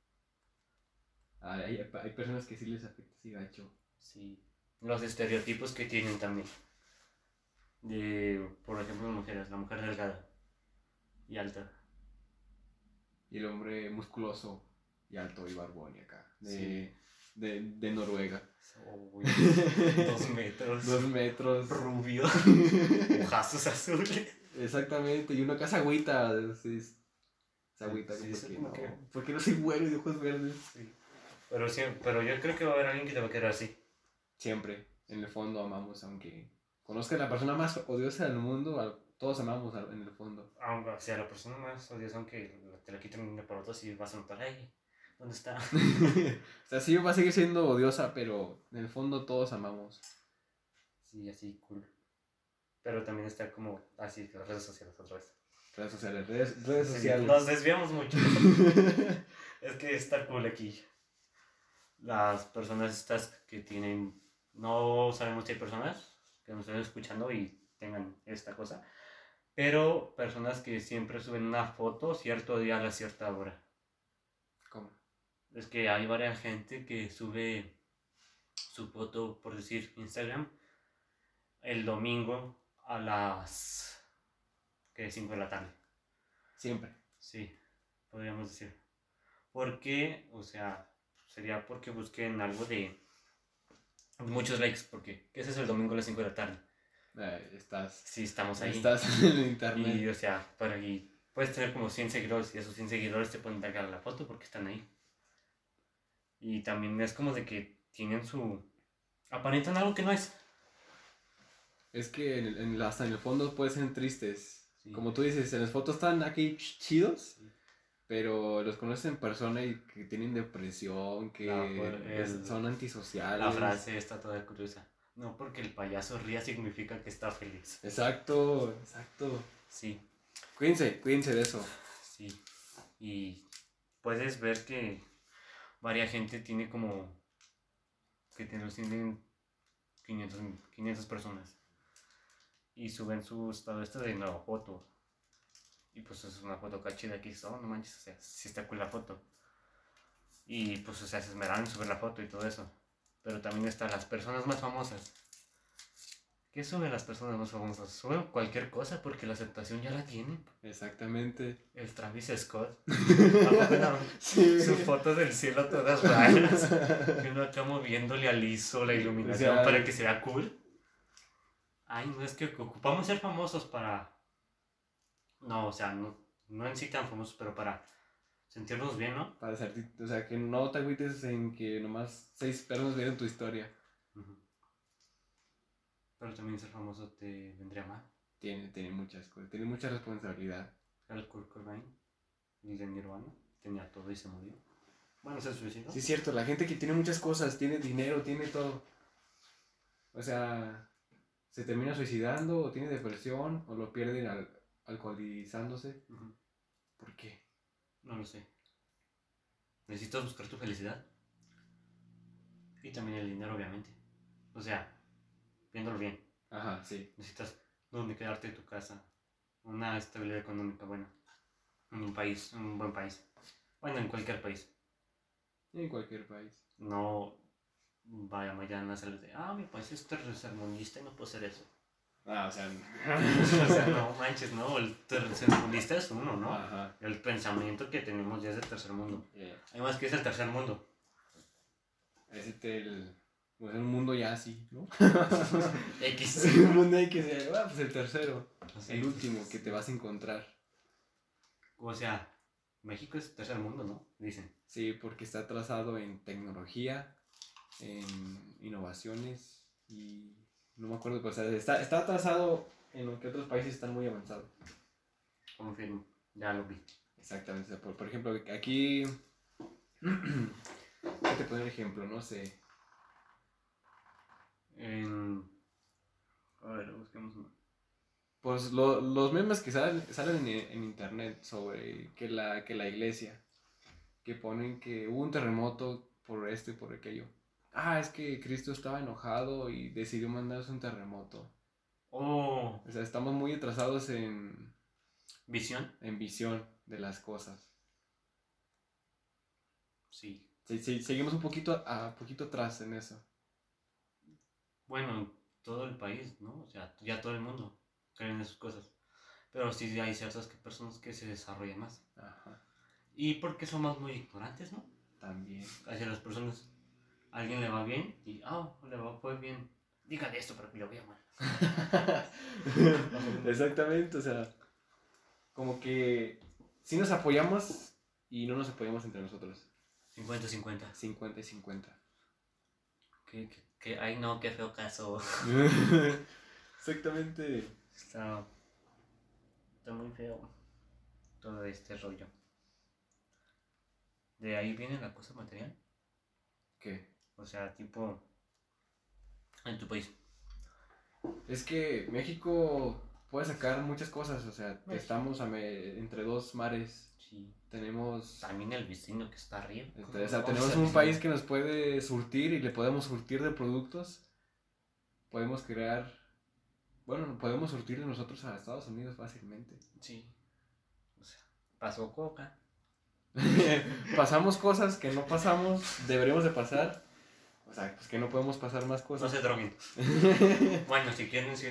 B: hay, hay- hay personas que sí les afecta así gacho.
A: Sí. Los estereotipos que tienen también. De, por ejemplo, mujeres, la mujer delgada y alta.
B: Y el hombre musculoso y alto y barbón y acá. De,
A: Sí.
B: de, de Noruega.
A: Uy, Oh, dos metros.
B: Dos metros.
A: Rubio. Ojazos azules.
B: Exactamente. Y uno casa agüita. sí, es- es agüita
A: Sí,
B: como
A: eso
B: que
A: como
B: no.
A: que-
B: ¿Por qué no soy güero y de ojos verdes?
A: Pero, sí, pero yo creo que va a haber alguien que te va a querer así.
B: Siempre, en el fondo amamos, aunque conozca a la persona más odiosa del mundo, a- todos amamos a- en el fondo.
A: Aunque, o sea, la persona más odiosa, aunque la- te la quiten un día para otro, sí vas a notar, ahí ¿dónde está?
B: o sea, sí va a seguir siendo odiosa, pero en el fondo todos amamos.
A: Sí, así, cool. Pero también está como así, las redes sociales otra vez.
B: Redes sociales, redes, redes
A: Sí,
B: sociales.
A: Nos desviamos mucho. Es que está cool aquí. Las personas estas que tienen. No sabemos si hay personas que nos estén escuchando y tengan esta cosa. Pero personas que siempre suben una foto cierto día a la cierta hora.
B: ¿Cómo?
A: Es que hay varias gente que sube su foto, por decir, Instagram, el domingo a las 5 de la tarde.
B: Siempre.
A: Sí, podríamos decir. Porque, o sea, sería porque busquen algo de muchos likes, porque ¿qué es el domingo a las 5 de la tarde?
B: Eh, estás,
A: Sí, estamos ahí.
B: estás en el
A: Y,
B: internet.
A: o sea, para y puedes tener como 100 seguidores y esos 100 seguidores te pueden cargar la foto porque están ahí. Y también es como de que tienen su... aparentan algo que no es.
B: Es que en, el- en la- hasta en el fondo pueden ser tristes.
A: Sí.
B: Como tú dices, en las fotos están aquí ch- chidos,
A: Sí.
B: pero los conoces en persona y que tienen depresión, que
A: Ah, por
B: es-
A: el-
B: son antisociales.
A: La frase está toda curiosa. No porque el payaso ría significa que está feliz.
B: Exacto, exacto.
A: Sí.
B: Cuídense, cuídense de eso.
A: Sí. Y puedes ver que varia gente tiene como que te los tienen 500, 500 personas. Y suben su estado este de nueva foto. Y pues es una foto cachida que dices, oh, no manches, o sea, sí está cool la foto. Y pues, o sea, se esmeraron en subir la foto y todo eso. Pero también están las personas más famosas. ¿Qué suben las personas más famosas? Suben cualquier cosa porque la aceptación ya la tienen.
B: Exactamente.
A: El Travis Scott. ¿A poco no? Sus fotos del cielo todas raras. Y uno acá moviéndole al ISO la iluminación
B: O sea,
A: para que se vea cool. Ay, no es que ocupamos ser famosos para. No, o sea, no, no en sí tan famosos, pero para sentirnos bien, ¿no?
B: Para ser, o sea, que no te agüites en que nomás seis perros vieron tu historia.
A: Pero también ser famoso te vendría mal.
B: Tiene, tiene muchas cosas, tiene mucha responsabilidad.
A: El Kurt Cobain, ni de Nirvana, tenía todo y se murió. Bueno, se suicidó.
B: Sí, es cierto, la gente que tiene muchas cosas, tiene dinero, tiene todo. O sea, se termina suicidando, o tiene depresión, o lo pierden al- alcoholizándose.
A: Ujú.
B: ¿Por qué?
A: No lo sé. Necesitas buscar tu felicidad. Y también el dinero, obviamente. O sea, viéndolo bien,
B: Ajá, sí.
A: necesitas dónde quedarte tu casa, una estabilidad económica buena, un país, un buen país. Bueno, en cualquier país.
B: En cualquier país.
A: No vayamos ya a hacer de, ah, mi país es tercermundista y no puedo hacer eso.
B: Ah, o sea.
A: o sea, no manches, no, el tercermundista es uno, ¿no?
B: Ajá.
A: El pensamiento que tenemos ya es del tercer mundo.
B: Eh,
A: Además, que es el tercer mundo?
B: ese te- el. Pues un mundo ya así, ¿no?
A: X.
B: un mundo ahí que se. Ah, pues el tercero.
A: Así.
B: El último que te vas a encontrar.
A: O sea, México es tercer mundo, ¿no? Dicen.
B: Sí, porque está atrasado en tecnología, en innovaciones y no me acuerdo, pero o sea, está, está atrasado en lo que otros países están muy avanzados.
A: Confirmo. Ya lo vi.
B: Exactamente, o sea, por, por ejemplo, aquí, ¿qué te pongo un ejemplo? No sé,
A: En... A ver, busquemos uno.
B: pues lo- los memes que salen, salen en, en internet sobre que la, que la iglesia, que ponen que hubo un terremoto por esto y por aquello. Ah, es que Cristo estaba enojado y decidió mandarse un terremoto.
A: Oh,
B: O sea, estamos muy atrasados en,
A: visión.
B: en visión de las cosas.
A: Sí.
B: Sí, sí, seguimos un poquito, a, poquito atrás en eso.
A: Bueno, en todo el país, ¿no? O sea, ya todo el mundo cree en esas cosas. Pero sí hay ciertas que- personas que se desarrollan más.
B: Ajá,
A: Y porque somos muy ignorantes, ¿no?
B: también.
A: Hacia las personas. A alguien le va bien y, ah, le va pues bien. Dígale esto para que lo vea mal.
B: Exactamente, o sea, como que sí nos apoyamos y no nos apoyamos entre nosotros.
A: 50-50.
B: 50 y 50.
A: Que, que, que- ay, no, qué feo caso.
B: Exactamente.
A: Está. Está muy feo. Todo este rollo. De ahí viene la cosa material.
B: ¿Qué?
A: O sea, tipo. En tu país.
B: Es que México puede sacar muchas cosas, o sea,
A: México.
B: estamos a me- entre dos mares.
A: Sí.
B: Tenemos
A: También el vecino que está arriba.
B: Este, o sea, tenemos un país que nos puede surtir y le podemos surtir de productos. Podemos crear. Bueno, podemos surtirle nosotros a Estados Unidos fácilmente.
A: Sí. O sea, pasó coca.
B: pasamos cosas que no pasamos, deberíamos de pasar. O sea, pues que no podemos pasar más
A: No
B: cosas.
A: se droguen. bueno, si quieren, sí.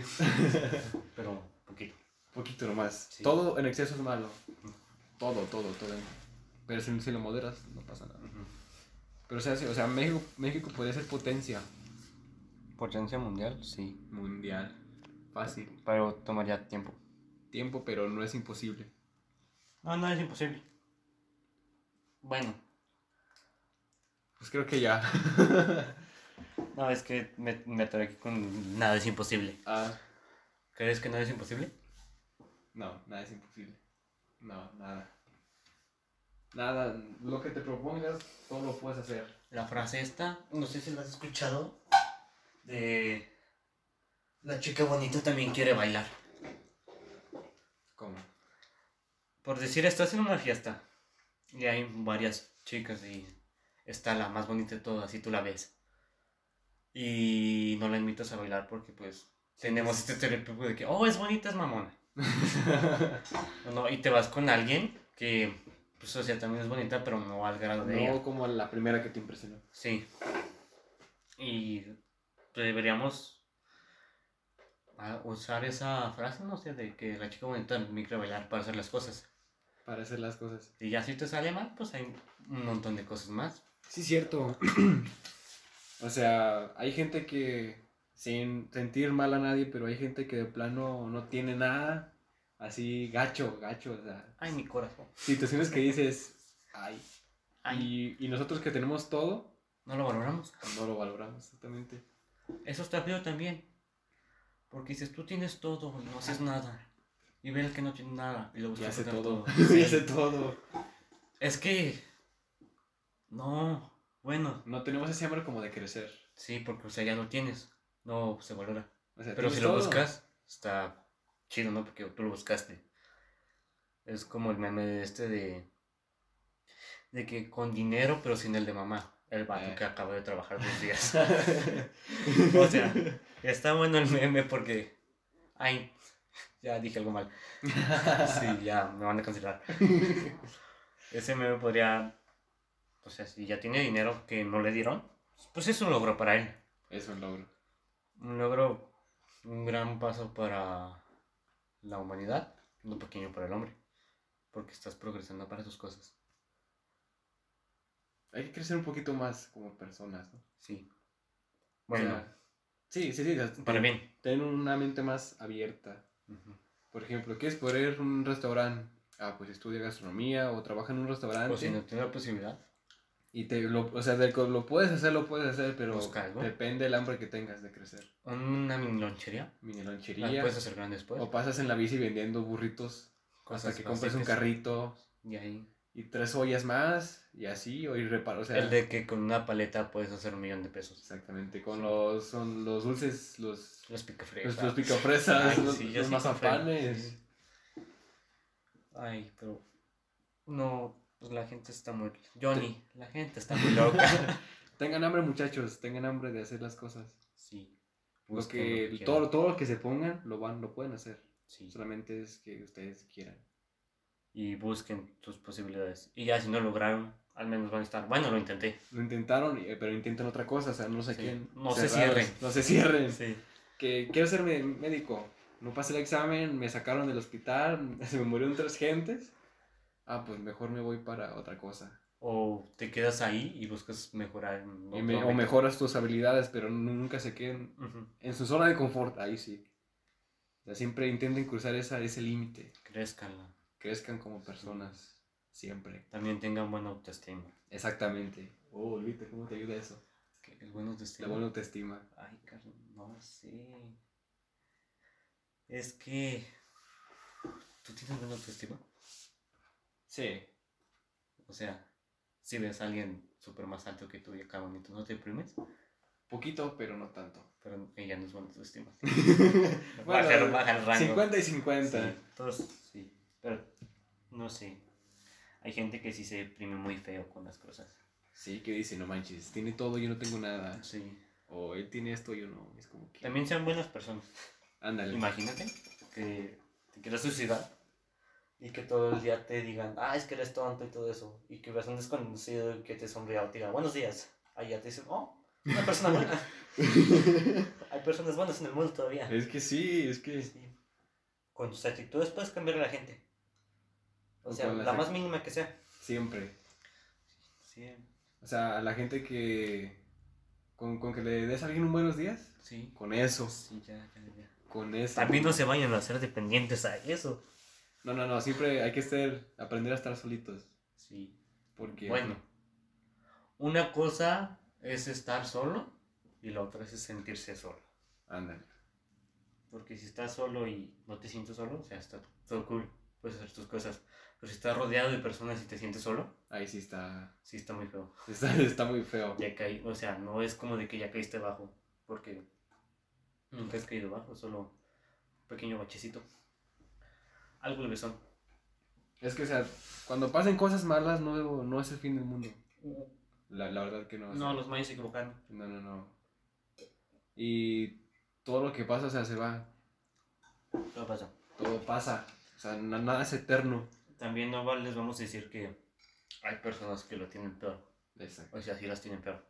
A: Pero poquito.
B: Poquito nomás.
A: Sí.
B: Todo en exceso es malo. Todo, todo, todo. Pero si, si lo moderas, no pasa nada. Pero o sea, sí, o sea México, México podría ser potencia
A: Potencia mundial, sí.
B: mundial. Fácil.
A: Pero tomaría tiempo.
B: Tiempo, pero no es imposible.
A: No, no es imposible. Bueno,
B: Pues creo que ya.
A: no, es que me, me atoré aquí con nada es imposible.
B: Ah,
A: ¿Crees que nada es imposible?
B: no, nada es imposible. No, nada. Nada, lo que te propongas, todo lo puedes hacer.
A: La frase esta,
C: No sé si lo has escuchado.
A: de
C: La chica bonita
A: tú también quiere bailar.
B: ¿Cómo?
A: Por decir, estás en una fiesta y hay varias chicas y está la más bonita de todas y tú la ves. Y no la invitas a bailar porque pues tenemos este estereotipo de que, oh, es bonita, es mamona. No, y te vas con alguien que, pues, o sea, también es bonita, pero no al grado de ella.
B: no como la primera que te impresionó.
A: Sí. Y deberíamos ah, usar esa frase, no sé, de que la chica bonita micro bailar para hacer las cosas.
B: Para hacer las cosas.
A: Y ya si te sale mal, pues hay un montón de cosas más.
B: Sí, cierto. o sea, hay gente que, sin sentir mal a nadie, pero hay gente que de plano no tiene nada. Así, gacho, gacho. O sea,
A: Ay, mi corazón.
B: situaciones que dices, ay.
A: Ay,
B: Y, y nosotros que tenemos todo,
A: no lo valoramos.
B: no lo valoramos exactamente.
A: Eso está feo también. Porque dices, tú tienes todo y no haces nada. Y ver el que no tiene nada y lo
B: Y
A: buscas
B: hace
A: sacar
B: todo.
A: Sí.
B: Y hace todo.
A: Es que. No. Bueno,
B: No tenemos ese hambre como de crecer.
A: sí, porque o sea, ya lo tienes. No se valora.
B: O sea,
A: Pero
B: tienes
A: si lo
B: todo.
A: buscas, está chido, ¿no? Porque tú lo buscaste. Es como el meme de este de. De que con dinero, pero sin el de mamá. El vato
B: Eh.
A: que acaba de trabajar dos días. O sea, está bueno el meme porque. Ay, ya dije algo mal. Sí, ya me van a cancelar. Ese meme podría. O sea, si ya tiene dinero que no le dieron, pues es un logro para él.
B: Es un logro.
A: Un logro, un gran paso para la humanidad, un pequeño para el hombre. Porque estás progresando para tus cosas.
B: Hay que crecer un poquito más como personas, ¿no?
A: Sí. Bueno,
B: O sea, sí, sí, sí. o sea,
A: para
B: ten-
A: bien.
B: Tener una mente más abierta.
A: Ujú.
B: Por ejemplo, ¿quieres poder ir a un restaurante? Ah, pues estudia gastronomía o trabaja en un restaurante.
A: O si no tienes la posibilidad,
B: Y te lo, o sea, de que lo puedes hacer, lo puedes hacer, pero
A: Busca algo.
B: depende del hambre que tengas de crecer.
A: una mini lonchería,
B: Mini
A: la
B: lonchería.
A: puedes hacer grande después.
B: O pasas en la bici vendiendo burritos hasta
A: cosas
B: que compres un
A: básicas.
B: carrito
A: Y ahí.
B: y tres ollas más y así, o ir reparo, o sea,
A: El de que con una paleta puedes hacer un millón de pesos.
B: exactamente, con
A: Sí.
B: los, son los dulces, los,
A: Los picafresas.
B: los, los picafresas,
A: Ay,
B: los,
A: sí, yo
B: los
A: sí compré.
B: mazapanes.
A: Ay, pero. No, pues la gente está muy. Johnny, la gente está muy loca.
B: Tengan hambre muchachos, tengan hambre de hacer las cosas.
A: sí.
B: Lo
A: Busquen
B: que,
A: quieran.
B: todo, todo lo que se pongan, lo van, lo pueden hacer.
A: Sí.
B: Solamente es que ustedes quieran.
A: Y busquen tus posibilidades. Y ya si no lograron, al menos van a estar. Bueno, lo intenté.
B: Lo intentaron, eh, pero intenten otra cosa, o sea, no sé
A: Sí,
B: quién.
A: no se cierren.
B: No se cierren.
A: Sí.
B: que quiero ser me- médico. No pasé el examen, me sacaron del hospital, se me murieron tres gentes. Ah, pues mejor me voy para otra cosa.
A: O te quedas ahí y buscas mejorar. en
B: Y
A: otro
B: me- o
A: ámbito.
B: mejoras tus habilidades, pero nunca se queden
A: Ujú.
B: en su zona de confort. Ahí sí. O sea, siempre intenten cruzar esa, ese límite.
A: Crezcanla.
B: Crezcan como personas. Siempre.
A: También tengan buena autoestima.
B: Exactamente. Oh, Luis, ¿cómo te ayuda eso?
A: Que el buen
B: La
A: autoestima.
B: buena autoestima.
A: Ay, Carlos, no sé. Es que. ¿Tú tienes buena autoestima?
B: Sí.
A: O sea, si ves a alguien súper más alto que tú y acá bonito, ¿no te deprimes?
B: Poquito, pero no tanto.
A: Pero ella no es buena autoestima.
B: Bueno,
A: baja, el- baja el rango.
B: 50 y 50.
A: Sí, todos, sí. Pero, no sé. Hay gente que sí se deprime muy feo con las cosas.
B: Sí, que dice, no manches, tiene todo, yo no tengo nada.
A: Sí.
B: O él tiene esto, yo no. Es como que.
A: También sean buenas personas.
B: Ándale.
A: Imagínate que te quieras suicidar y que todo el día te digan, ah, es que eres tonto y todo eso. Y que veas a un desconocido que te sonría o te diga, buenos días. Ahí ya te dicen, oh, una persona buena. Hay personas buenas en el mundo todavía.
B: es que sí, es que.
A: Sí. Con tus actitudes puedes cambiar a la gente. O
B: O
A: sea,
B: con las
A: la
B: ac-
A: más mínima que sea.
B: Siempre.
A: Sí,
B: O sea, a la gente que. Con, con que le des a alguien un buenos días.
A: sí.
B: Con eso.
A: ya, ya, ya.
B: Con eso.
A: También no se vayan a hacer dependientes a eso.
B: No, no, no. Siempre hay que ser. Aprender a estar solitos.
A: Sí.
B: Porque.
A: Bueno, una cosa es estar solo y la otra es sentirse solo.
B: Ándale.
A: Porque si estás solo y no te sientes solo, o sea, está todo cool, puedes hacer tus cosas. Pero si estás rodeado de personas y te sientes solo,
B: Ahí sí está.
A: sí está muy feo.
B: Está, está muy feo.
A: Ya caí, o sea, no es como de que ya caíste bajo, porque nunca has caído bajo, solo un pequeño bachecito. Algo levesón.
B: Es que, o sea, cuando pasen cosas malas, no, no es el fin del mundo. La, la verdad que no. o sea,
A: No, los mayas se equivocaron.
B: No, no, no. Y todo lo que pasa, o sea, se va.
A: Todo pasa.
B: Todo pasa. O sea, na- nada es eterno.
A: También no va- les vamos a decir que hay personas que lo tienen peor.
B: Exacto.
A: O sea, sí las tienen peor.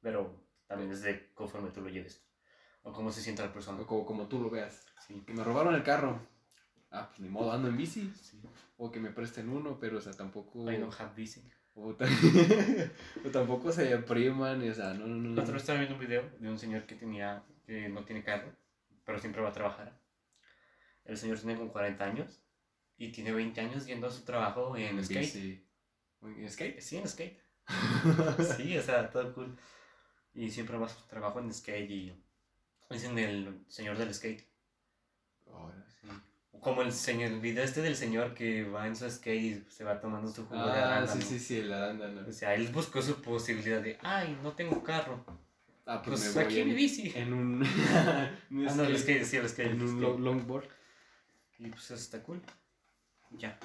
A: Pero también es de conforme tú lo lleves. O cómo se sienta la persona.
B: Como, como tú lo veas.
A: Sí.
B: Que me robaron el carro. Ah, pues ni modo, ando en bici.
A: sí.
B: O que me presten uno, pero, o sea, tampoco.
A: I don't have bici.
B: O, ta- o tampoco se depriman, y, o sea, no, no,
A: La
B: no.
A: otra
B: no.
A: vez estaba viendo un video de un señor que tenía, que no tiene carro, pero siempre va a trabajar. El señor tiene como 40 años y tiene 20 años yendo a su trabajo en, skate.
B: bici. ¿En skate?
A: Sí, en skate. Sí, o sea, todo cool. Y siempre va a su trabajo en skate y Dicen el señor del skate.
B: Ahora sí.
A: Como el señor, el video este del señor que va en su skate y se va tomando su jugo de Pues,
B: Ah, sí,
A: arándano.
B: sí, sí, el arándano.
A: O sea, él buscó su posibilidad de, ay, no tengo carro.
B: Ah, pues,
A: Pues
B: me voy
A: aquí mi
B: en,
A: bici.
B: en un...
A: Ah, no, el skate, sí, el skate.
B: En
A: el
B: un
A: skate.
B: lo- longboard.
A: Y pues eso está cool. Ya.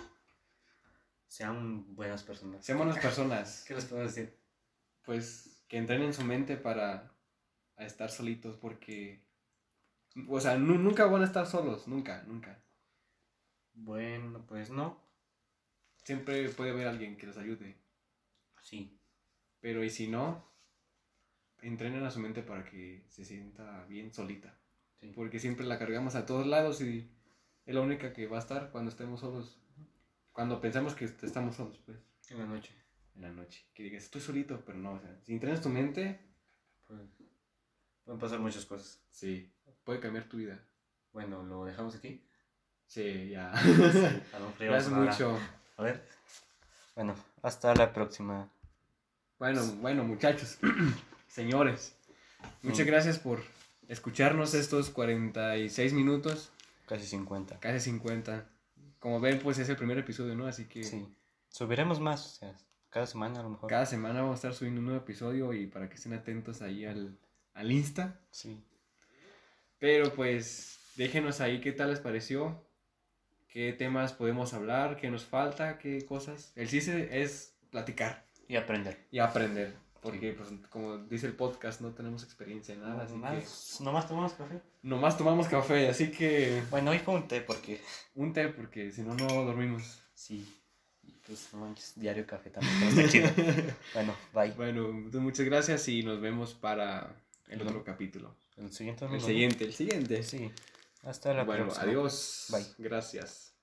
A: Sean buenas personas.
B: Sean buenas personas.
A: ¿Qué les puedo decir?
B: pues que entrenen su mente para a estar solitos porque o sea nu- nunca van a estar solos nunca nunca
A: Bueno, pues no.
B: siempre puede haber alguien que les ayude
A: Sí.
B: pero y si no entrenen a su mente para que se sienta bien solita
A: sí.
B: porque siempre la cargamos a todos lados y es la única que va a estar cuando estemos solos cuando pensamos que est- estamos solos pues
A: En la noche.
B: en la noche que digas estoy solito pero no o sea si entrenas tu mente
A: Pues, pueden pasar muchas cosas.
B: sí puede cambiar tu vida
A: Bueno, lo dejamos aquí.
B: sí ya
A: A don Frío
B: gracias
A: Sonora.
B: mucho
A: A ver. Bueno, hasta la próxima.
B: Bueno, bueno, muchachos, señores, muchas
A: Mm.
B: gracias por escucharnos estos 46 minutos,
A: Casi 50.
B: casi 50. Como ven, pues es el primer episodio, ¿no? Así que
A: Sí. Subiremos más, o sea, cada semana a lo mejor.
B: cada semana vamos a estar subiendo un nuevo episodio y para que estén atentos ahí al, al Insta.
A: Sí.
B: Pero pues déjenos ahí qué tal les pareció, qué temas podemos hablar, qué nos falta, qué cosas. El chiste es platicar
A: Y aprender.
B: y aprender. Porque, pues, como dice el podcast, no tenemos experiencia en
A: Ah,
B: nada, así que...
A: Nomás, nomás tomamos café.
B: Nomás tomamos café, así que
A: Bueno, hoy fue un té porque.
B: un té porque si no, no dormimos.
A: Sí. Y Pues no manches, diario café también. pero está chido. Bueno, bye.
B: bueno, entonces muchas gracias y nos vemos para el
A: Bueno.
B: otro capítulo.
A: El siguiente
B: El
A: domingo.
B: siguiente, el siguiente.
A: Sí. Hasta la
B: bueno,
A: próxima.
B: adiós.
A: Bye.
B: Gracias.